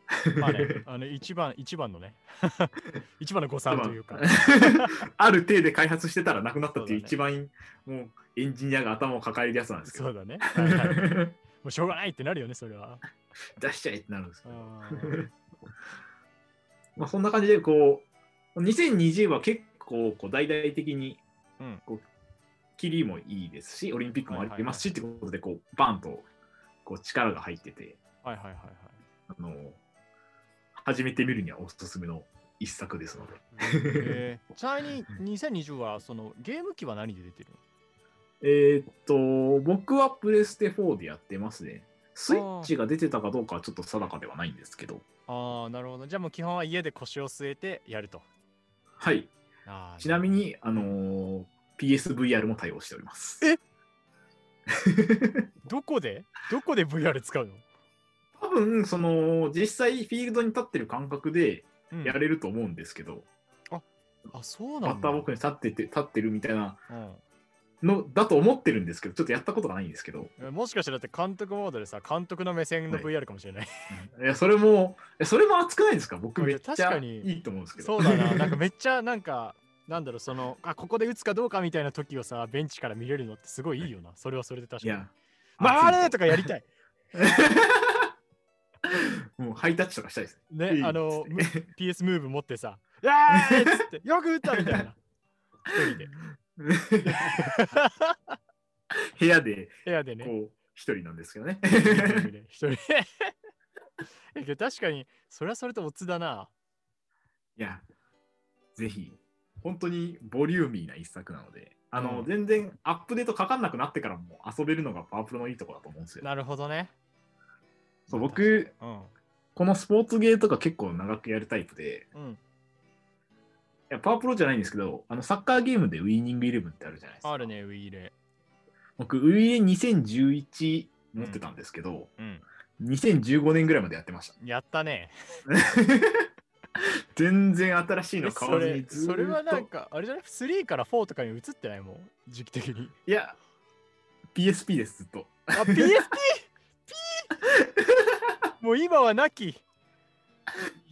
Speaker 1: <laughs>
Speaker 2: まあね、あの一番、一番のね。 <laughs> 一番の誤算というか。
Speaker 1: あ <laughs> る程度開発してたらなくなったっていう
Speaker 2: そ
Speaker 1: 一番、もうエンジニアが頭を抱えるやつなんですけ
Speaker 2: そ
Speaker 1: ど
Speaker 2: う、だね。はいはいも
Speaker 1: <laughs>
Speaker 2: うしょうがないってなるよね、それは。
Speaker 1: <laughs> 出しちゃえってなるんですけど
Speaker 2: あー
Speaker 1: まあ、そんな感じでこう2020は結構こう大々的に
Speaker 2: うん
Speaker 1: こうキリもいいですしオリンピックもありますしってことでこうバンとこう力が入ってて
Speaker 2: はいはいはいはい。
Speaker 1: あの始めてみるにはおすすめの一作ですので
Speaker 2: えー、ちなみに2020はそのゲーム機は何で出てる
Speaker 1: えーっと、僕はプレステ4でやってますね。スイッチが出てたかどうかはちょっと定かではないんですけど。
Speaker 2: のああ、なるほど。じゃあもう基本は家で腰を据えてやると。
Speaker 1: はい。
Speaker 2: あー
Speaker 1: ちなみ。に、あのー PSVR も対応しております。
Speaker 2: えどこでどこで VR 使うの、
Speaker 1: 多分、その、実際フィールドに立ってる感覚で
Speaker 2: うん
Speaker 1: やれると思うんですけど、
Speaker 2: あ、そう
Speaker 1: バ
Speaker 2: な
Speaker 1: ッ
Speaker 2: ん
Speaker 1: タ
Speaker 2: だ。
Speaker 1: ーボックスに立ってて、立ってるみたいな
Speaker 2: うん
Speaker 1: のだと思ってるんですけど、ちょっとやったことがないんですけど、
Speaker 2: えもしかしたらだって監督モードでさ、監督の目線の VR かもしれない。
Speaker 1: いや、それも、えそれも熱くないですか僕
Speaker 2: いや
Speaker 1: めっち
Speaker 2: 確か
Speaker 1: ゃ
Speaker 2: に
Speaker 1: いいと思うんですけど。
Speaker 2: そう
Speaker 1: <laughs>
Speaker 2: だな、なんかめっちゃなんか、なんだろう、その、あ、ここで打つかどうかみたいな時をさ、ベンチから見れるのってすごいいいよな。それはそれで確
Speaker 1: い
Speaker 2: かに
Speaker 1: や。、
Speaker 2: 回れ
Speaker 1: 熱い
Speaker 2: とかやりたい。
Speaker 1: もうハイタッチとかしたいです。いい
Speaker 2: ね、
Speaker 1: っ
Speaker 2: あの、む
Speaker 1: つって
Speaker 2: PS ムーブ持っ
Speaker 1: <laughs>
Speaker 2: てさ、やーいっつって、よく打ったみたいな。一人で。
Speaker 1: 部屋で
Speaker 2: 部屋でね。
Speaker 1: こう一人なんですけどね。 <laughs>
Speaker 2: 一人で。 <laughs> いやけど確かに、それはそれとオツ
Speaker 1: <laughs>
Speaker 2: だな。
Speaker 1: いや、ぜひ、本当にボリューミーな一作なので、あの、
Speaker 2: うん
Speaker 1: 全然アップデートかかんなくなってからも遊べるのがパワープロのいいところだと思うんですよ。
Speaker 2: なるほどね。
Speaker 1: そう
Speaker 2: まあ確
Speaker 1: 僕、
Speaker 2: かに
Speaker 1: このスポーツゲーとか結構長くやるタイプで、
Speaker 2: うん。うん。
Speaker 1: いやパワープロじゃないんですけど、あのサッカーゲームでウィーニングイレブンってあるじゃないですか。
Speaker 2: あるね、ウィーレ。
Speaker 1: 僕、ウィーレ2011持ってたんですけど、
Speaker 2: うん。
Speaker 1: 2015年ぐらいまでやってました。
Speaker 2: やったね。
Speaker 1: 全然新しい
Speaker 2: え
Speaker 1: の買
Speaker 2: そ
Speaker 1: わずに
Speaker 2: れ、
Speaker 1: ずーっと
Speaker 2: それはなんか、あれじゃない ?3 から4とかに移ってないもん。時期的
Speaker 1: <laughs>
Speaker 2: に。
Speaker 1: いや PSP ですずっと
Speaker 2: あ、PSP! ピーもう今はなき。い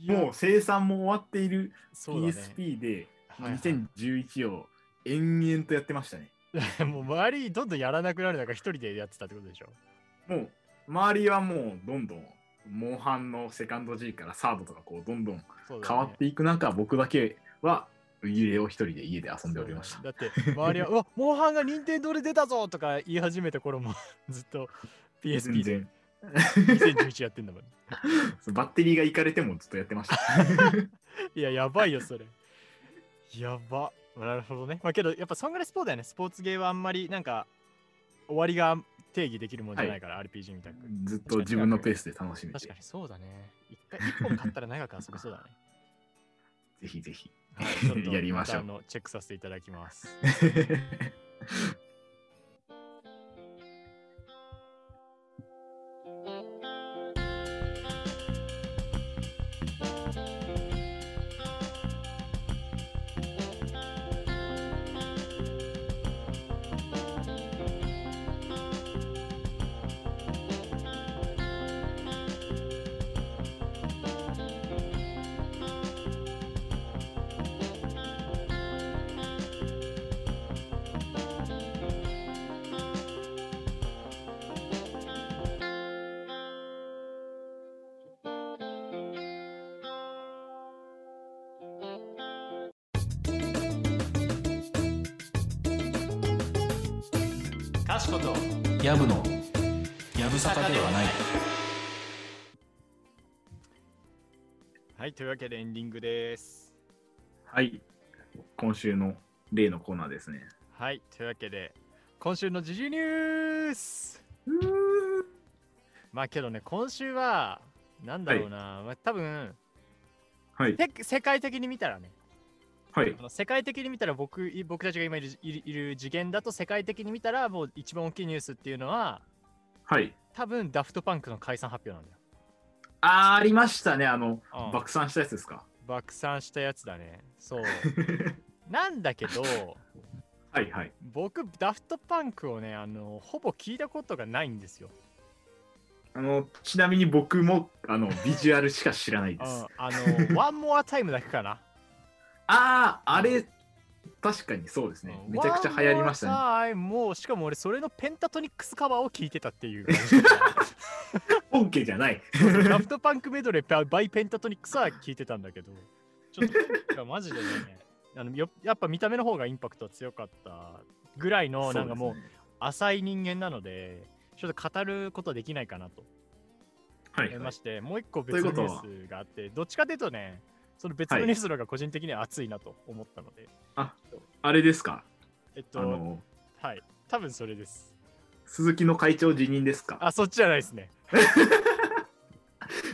Speaker 2: や
Speaker 1: もう生産も終わっている
Speaker 2: そうだね
Speaker 1: PSP で
Speaker 2: はいはい
Speaker 1: 2011を延々とやってましたね、
Speaker 2: もう周りどんどんやらなくなる中一人でやってたってことでしょ
Speaker 1: もう周りはもうどんどんモンハンのセカンド G からサードとかこうどんどん
Speaker 2: そうだね
Speaker 1: 変わっていく中、僕だけは家を一人で家で遊んでおりました
Speaker 2: そうだねだって
Speaker 1: <laughs>
Speaker 2: 周りは「うわモンハンが任天堂で出たぞ!」とか言い始めた頃もずっと PSP で
Speaker 1: 全
Speaker 2: 2011やってんだもん
Speaker 1: 然そうバッテリーがいかれてもずっとやって <laughs> ました
Speaker 2: いややばいよそれ <laughs> やばなるほどねまあけどやっぱそんぐらいスポーツだよねスポーツゲーはあんまりなんか終わりが定義できるもんじゃないから、RPG みたいな
Speaker 1: ずっと自分のペースで楽しめて
Speaker 2: 確かにそうだね一回一本買ったら長く遊べそうだね、
Speaker 1: ぜひぜひ
Speaker 2: <laughs>
Speaker 1: <laughs>
Speaker 2: はいちょっと
Speaker 1: やりましょう
Speaker 2: たあのチェックさせていただきます
Speaker 3: かしことやぶのやぶさかではない
Speaker 2: はい、というわけでエンディングです。
Speaker 1: はい今週の例のコーナーですね
Speaker 2: はい、というわけで、今週の時事ニュースまあけどね、今週は、なんだろうな、まあ、多分
Speaker 1: はい
Speaker 2: て世界的に見たらね、
Speaker 1: はい
Speaker 2: あの世界的に見たら僕い僕たちが今いるいるいる次元だと世界的に見たら、もう一番大きいニュースっていうのは、
Speaker 1: はい
Speaker 2: 多分ダフトパンクの解散発表なんだよ。
Speaker 1: あーありましたねあの
Speaker 2: うん
Speaker 1: 爆散したやつですか
Speaker 2: 爆散したやつだね。
Speaker 1: <laughs>
Speaker 2: そう。なんだけど、
Speaker 1: はいはい
Speaker 2: 僕、ダフトパンクをね、あの、ほぼ聞いたことがないんですよ。
Speaker 1: あのちなみに僕もあ
Speaker 2: <laughs>
Speaker 1: のビジュアルしか知らないで
Speaker 2: う
Speaker 1: す
Speaker 2: んあの、ワンモアタイムだけかな。
Speaker 1: あああれ確かにそうですね
Speaker 2: うん
Speaker 1: めちゃくちゃ流行りましたね。
Speaker 2: One More Time もうしかも俺、それのペンタトニックスカバーを聞いてたっ
Speaker 1: <laughs>
Speaker 2: ていう感じだか
Speaker 1: 本家じゃない
Speaker 2: <laughs> ら。ラフトパンクメドレーバイペンタトニックスは聞いてたんだけど、ちょっといやマジでねあのよやっぱ見た目の方がインパクトは強かったぐらいのなんかもう
Speaker 1: そうですね
Speaker 2: 浅い人間なのでちょっと語ることできないかなと
Speaker 1: はい
Speaker 2: 思い
Speaker 1: は
Speaker 2: ま
Speaker 1: い。
Speaker 2: してもう一個
Speaker 1: とい
Speaker 2: 別
Speaker 1: う
Speaker 2: の
Speaker 1: こ
Speaker 2: ニ
Speaker 1: と
Speaker 2: ュ
Speaker 1: は
Speaker 2: ースがあってどっちかというとねその別の
Speaker 1: はい
Speaker 2: ニュースの方が個人的には熱いなと思ったので、
Speaker 1: あれですか
Speaker 2: えっと
Speaker 1: あの、
Speaker 2: はい多分それです
Speaker 1: 鈴木の会長辞任ですか
Speaker 2: あそっちじゃないですね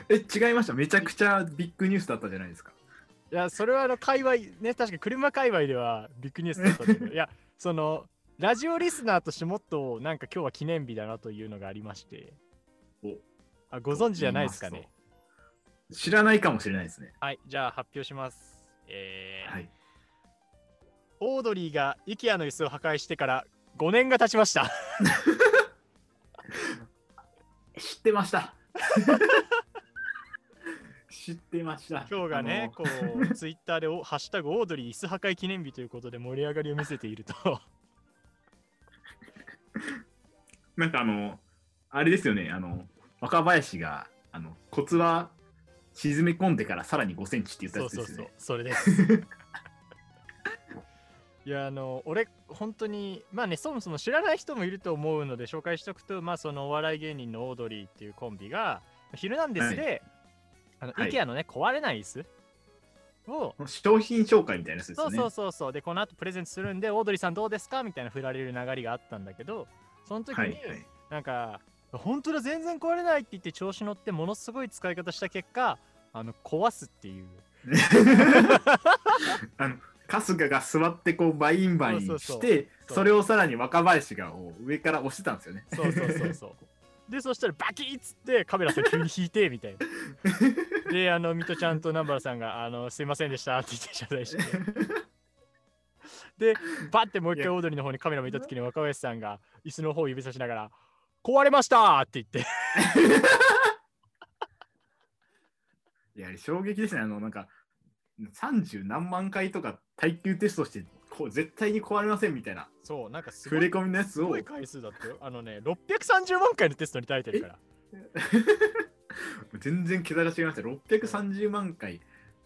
Speaker 1: え、違いました。めちゃくちゃビッグニュースだったじゃないですか。
Speaker 2: いや、それはあの、界隈、ね、確か車界隈ではビッグニュースだったけ <laughs> ど、いや、その、ラジオリスナーとしてもっと、なんか今日は記念日だなというのがありまして
Speaker 1: お、
Speaker 2: あご存知じゃないですかね。
Speaker 1: 知らないかもしれないですね。
Speaker 2: はい、じゃあ発表します。えー
Speaker 1: はい。
Speaker 2: オードリーが IKEA の椅子を破壊してから5年が経ちました。
Speaker 1: 知ってま
Speaker 2: <laughs>
Speaker 1: した。知ってました。
Speaker 2: <laughs> 今日がね、
Speaker 1: あ
Speaker 2: こう、ツイッターでお、ハッシュタグオードリー椅子破壊記念日ということで盛り上がりを見せていると。
Speaker 1: のなんかあの、あれですよね、あの、若林が、あの、コツは沈め込んでからさらに5センチって言った
Speaker 2: そ
Speaker 1: や
Speaker 2: う
Speaker 1: つで
Speaker 2: そ
Speaker 1: す
Speaker 2: うそ
Speaker 1: よ
Speaker 2: う
Speaker 1: ね。、
Speaker 2: それです。
Speaker 1: <laughs>
Speaker 2: いや、あの、俺、本当に、まあね、そもそも知らない人もいると思うので、紹介しておくと、まあ、そのお笑い芸人のオードリーっていうコンビが、ヒルナンデスで、あの、
Speaker 1: はい
Speaker 2: IKEA のね、壊れない椅子を、
Speaker 1: 商品紹介みたいなやつです
Speaker 2: そ
Speaker 1: よ
Speaker 2: う
Speaker 1: ね。
Speaker 2: そうそうそう、で、この後プレゼントするんで、オードリーさんどうですかみたいな振られる流れがあったんだけど、その時に、
Speaker 1: はい、はい。
Speaker 2: なんか、本当だ、全然壊れないって言って調子乗って、ものすごい使い方した結果、あの、壊すっていう。
Speaker 1: あの春日が座ってこうバインバインして
Speaker 2: そう
Speaker 1: そ
Speaker 2: そうそう
Speaker 1: れをさらに若林がこう上から押してたんですよね。
Speaker 2: そうそうそうそう。で、そしたらバキッつってカメラさん急に引いてみたい <laughs> な。で、あの、ミトちゃんと南原さんが、あの、すいませんでしたって言って謝罪して。で、バッてもう一
Speaker 1: い
Speaker 2: 回
Speaker 1: や
Speaker 2: オードリーの方にカメラ見た時に若林さんが椅子の方を指さしながら、壊れましたって言って。
Speaker 1: いや、あれ衝撃ですね。あの、なんか、30何万回とか耐久テストして、こう絶対に壊れませんみたいな、
Speaker 2: そう、なんかすご
Speaker 1: 触れ
Speaker 2: い。
Speaker 1: 込みのやつ
Speaker 2: す
Speaker 1: を
Speaker 2: ごい回数だったよ。あのね、630万回のテストに耐えてるから。
Speaker 1: 全然桁が違いました。630万回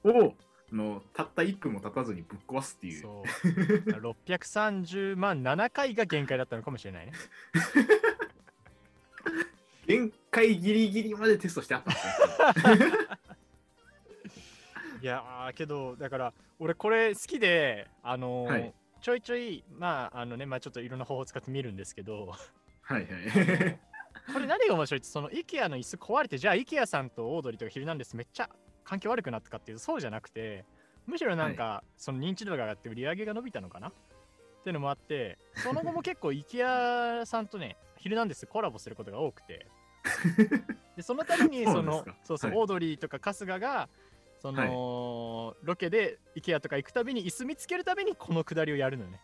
Speaker 1: を、あのたった1分も経たずにぶっ壊すっていう。
Speaker 2: そう。630万7回が限界だったのかもしれないね。
Speaker 1: 限界ギリギリまでテストしてあったん
Speaker 2: <laughs>
Speaker 1: ですよ。
Speaker 2: いやーけどだから俺これ好きであのー
Speaker 1: はい
Speaker 2: ちょいちょいまああのねまあちょっといろんな方法を使って見るんですけど
Speaker 1: はいはい。
Speaker 2: これ何が面白いってその IKEA の椅子壊れてじゃあ IKEA さんとオードリーとかヒルナンデスめっちゃ環境悪くなったかっていうとそうじゃなくてむしろなんか、その認知度が上がって売り上げが伸びたのかなっていうのもあってその後も結構 IKEA さんとねヒルナンデスコラボすることが多くてでそのため
Speaker 1: <laughs>
Speaker 2: に
Speaker 1: そ
Speaker 2: そう
Speaker 1: なんです
Speaker 2: の
Speaker 1: か
Speaker 2: そうそう、
Speaker 1: はい
Speaker 2: オードリーとか春日がその、ロケで IKEA とか行くたびに椅子見つけるたびにこのくだりをやるの
Speaker 1: <laughs>
Speaker 2: よね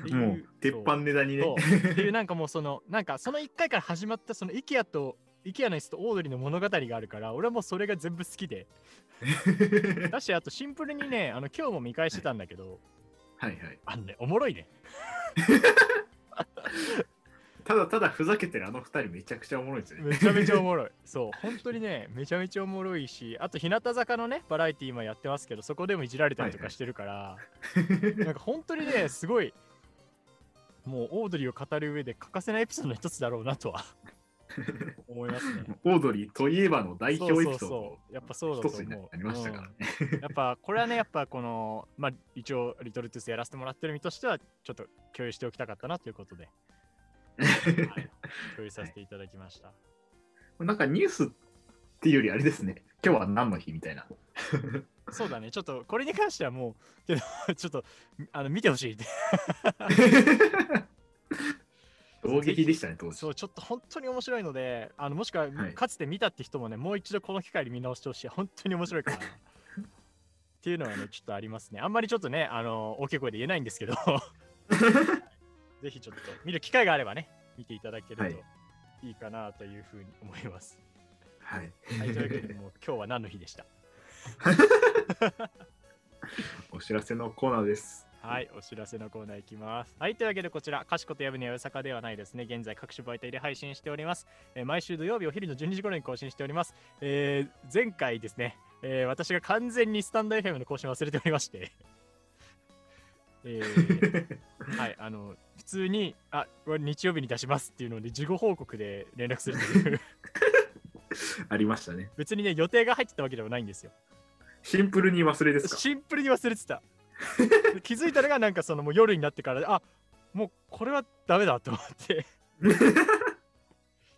Speaker 2: ってい
Speaker 1: もう、鉄板ネタにね。
Speaker 2: そうっていうなんか <laughs> もうそのなんかその1回から始まったその IKEA と IKEA の椅子とオードリーの物語があるから俺はもうそれが全部好き <laughs> でだしあとシンプルにねあの今日も見返してたんだけど
Speaker 1: はいはい。
Speaker 2: あのねおもろいね
Speaker 1: ただただふざけてるあの二人めちゃくちゃおもろいですよね。
Speaker 2: めちゃめちゃおも <laughs> ろいそう本当にねめちゃめちゃおもろいしあと日向坂のねバラエティー今やってますけどそこでもいじられたりとかしてるから、 <laughs> なんか本当にねすごいもうオードリーを語る上で欠かせないエピソードの一つだろうな <laughs> とは思いますね
Speaker 1: オードリーといえばの代表エピソー
Speaker 2: そうそうそうやっぱそうだと
Speaker 1: ドの
Speaker 2: 思う
Speaker 1: 一つになりましたからね。
Speaker 2: うんやっぱこれはねやっぱこのまあ一応リトルトゥースやらせてもらってる身としてはちょっと共有しておきたかったなというこ
Speaker 1: <laughs>
Speaker 2: とで、はい、共有させていただきました、
Speaker 1: なんかニュースっていうよりあれですね。今日は何の日みた
Speaker 2: <laughs>
Speaker 1: いな。
Speaker 2: そうだねちょっとこれに関してはもうけどちょっとあの見てほしいって
Speaker 1: 衝撃でしたね、当時。
Speaker 2: そうちょっと本当に面白いのであのもしくは
Speaker 1: はい
Speaker 2: かつて見たって人もね、もう一度この機会に見直してほしい本当に面白いからっていうのはねちょっとありますねあんまりちょっとねあの大きい声で言えないんで
Speaker 1: <laughs>
Speaker 2: すけどぜひちょっと見る機会があればね見ていただける
Speaker 1: はい
Speaker 2: といいかなというふうに思います、
Speaker 1: はい。
Speaker 2: はい、というわけでもう今日は何の日でした
Speaker 1: お知らせのコーナーです。 <laughs>
Speaker 2: はい、お知らせのコーナーいきます。はい、というわけでこちら、かしことやぶのやぶさかではないですね。現在各種媒体で配信しております。えー毎週土曜日お昼の12時頃に更新しております。えー前回ですね、えー私が完全にスタンド FM の更新忘れておりまして。え
Speaker 1: <laughs>
Speaker 2: ーはい、あの、普通に、あ、これ日曜日に出しますっていうので、事後報告で連絡するという、 <laughs>
Speaker 1: ありましたね。
Speaker 2: 別にね、予定が入ってたわけではないんですよ。
Speaker 1: シンプルに忘れですか。
Speaker 2: シンプルに忘れてた。 <laughs> 気づいたのが、なんかその、もう夜になってから、あ、もうこれはダメだと思って、 <laughs>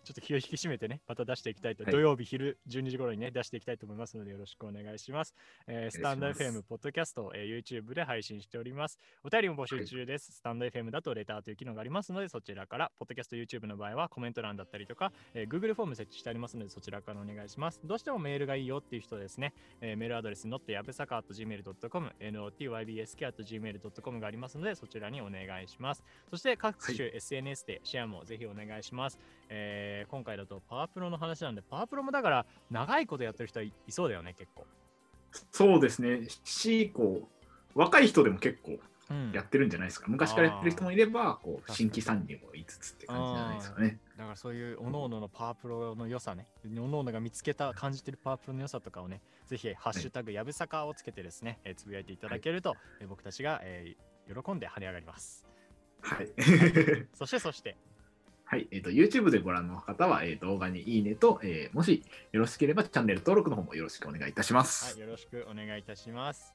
Speaker 2: ちょっと気を引き締めてね、また出していきたいと、
Speaker 1: はい
Speaker 2: 土曜日昼12時頃にね、出していきたいと思いますので、よろしくお願いします。えースタンド
Speaker 1: お願いします
Speaker 2: FM、ポッドキャスト、えー YouTube で配信しております。お便りも募集中です。スタンド FM だとレターという機能がありますので、そちらから、ポッドキャスト、YouTube の場合はコメント欄だったりとか、えー Google フォーム設置してありますので、そちらからお願いします。どうしてもメールがいいよっていう人はですね、えーメールアドレス notyabesaka.gmail.com、notybsk.gmail.com がありますので、そちらにお願いします。そして各種 SNS でシェアもぜひお願いします。えー今回だとパワープロの話なんで、パワープロもだから長いことやってる人はいいそうだよね、結構。
Speaker 1: そうですね。し、こう、若い人でも結構
Speaker 2: うん
Speaker 1: やっ
Speaker 2: だ
Speaker 1: てるんじゃないですか。昔からやってる人もいれば、こう
Speaker 2: 確かに
Speaker 1: 新規参入も言いつつって感じじゃないですかね。
Speaker 2: からそういう各々のパワープロの良さね、各々が見つけた、感じてるパワープロの良さとかをね、ぜひ、ハッシュタグやぶさかをつけてですね、えーつぶやいていただけると、えー僕たちが、えー喜んで跳ね上がります。
Speaker 1: はい。 <laughs>
Speaker 2: そして、そして、
Speaker 1: はい。えっ、と、YouTube でご覧の方は、えー動画にいいねと、えーもしよろしければチャンネル登録の方もよろしくお願いいたしま
Speaker 2: はい、
Speaker 1: す。
Speaker 2: よろしくお願いいたします。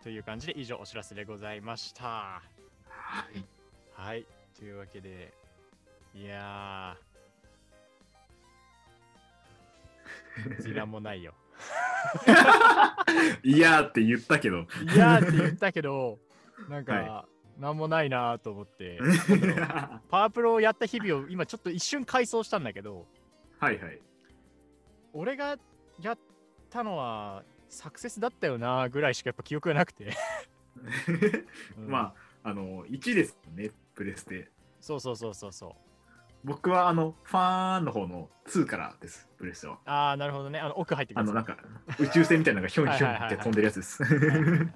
Speaker 2: という感じで以上お知らせでございました。
Speaker 1: はい。
Speaker 2: はい、というわけで、いや
Speaker 1: <laughs>
Speaker 2: ー、時間もないよ。
Speaker 1: いやーって言った
Speaker 2: <laughs>
Speaker 1: けど。
Speaker 2: いやーって言ったけど、なんか、
Speaker 1: は
Speaker 2: なんもないなーと
Speaker 1: <laughs>
Speaker 2: 思って、パワープロをやった日々を今ちょっと一瞬回想したんだけど、
Speaker 1: はいはい。
Speaker 2: 俺がやったのはサクセスだったよなーぐらいしかやっぱ記憶がなく
Speaker 1: <laughs>
Speaker 2: て。うん
Speaker 1: まあ、あの、1ですね、プレステ。
Speaker 2: そうそうそうそうそう。
Speaker 1: 僕は、あの、ファンの方の2からです、プレステは。
Speaker 2: ああ、なるほどね。あの奥入ってく
Speaker 1: あ
Speaker 2: る
Speaker 1: の、なんか、宇宙船みたいなのがひょんひょんって飛んでるやつです。
Speaker 2: はいはいはい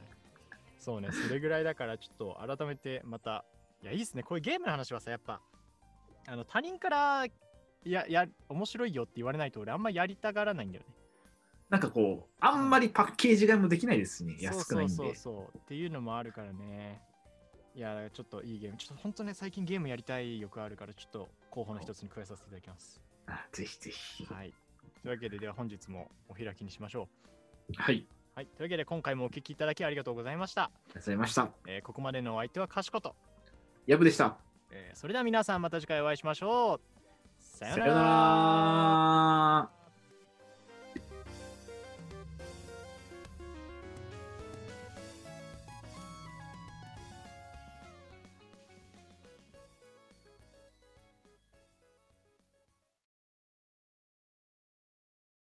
Speaker 2: そうね、それぐらいだから、ちょっと改めてまた、いや、いいっすね、こういうゲームの話はさ、やっぱ、あの他人から、いや、や、面白いよって言われないと、俺、あんまやりたがらないんだよね。
Speaker 1: なんかこう、あんまりパッケージ買いもできないですしね、安くないんで。
Speaker 2: そうそうそうそう、っていうのもあるからね。いや、だからちょっといいゲーム、ちょっと本当ね、最近ゲームやりたい欲あるから、ちょっと候補の一つに加えさせていただきます。
Speaker 1: あぜひぜひ。
Speaker 2: はい。というわけで、では本日もお開きにしましょう。
Speaker 1: はい。
Speaker 2: はい。というわけで、今回もお聞きいただきありがとうございました。
Speaker 1: ありがとうございました。
Speaker 2: えーここまでのお相手は賢と。
Speaker 1: ヤブでした。
Speaker 2: えーそれでは皆さんまた次回お会いしましょう。さ
Speaker 1: さ
Speaker 2: よ
Speaker 1: よ
Speaker 2: うな
Speaker 1: うな
Speaker 2: ら。
Speaker 1: ら。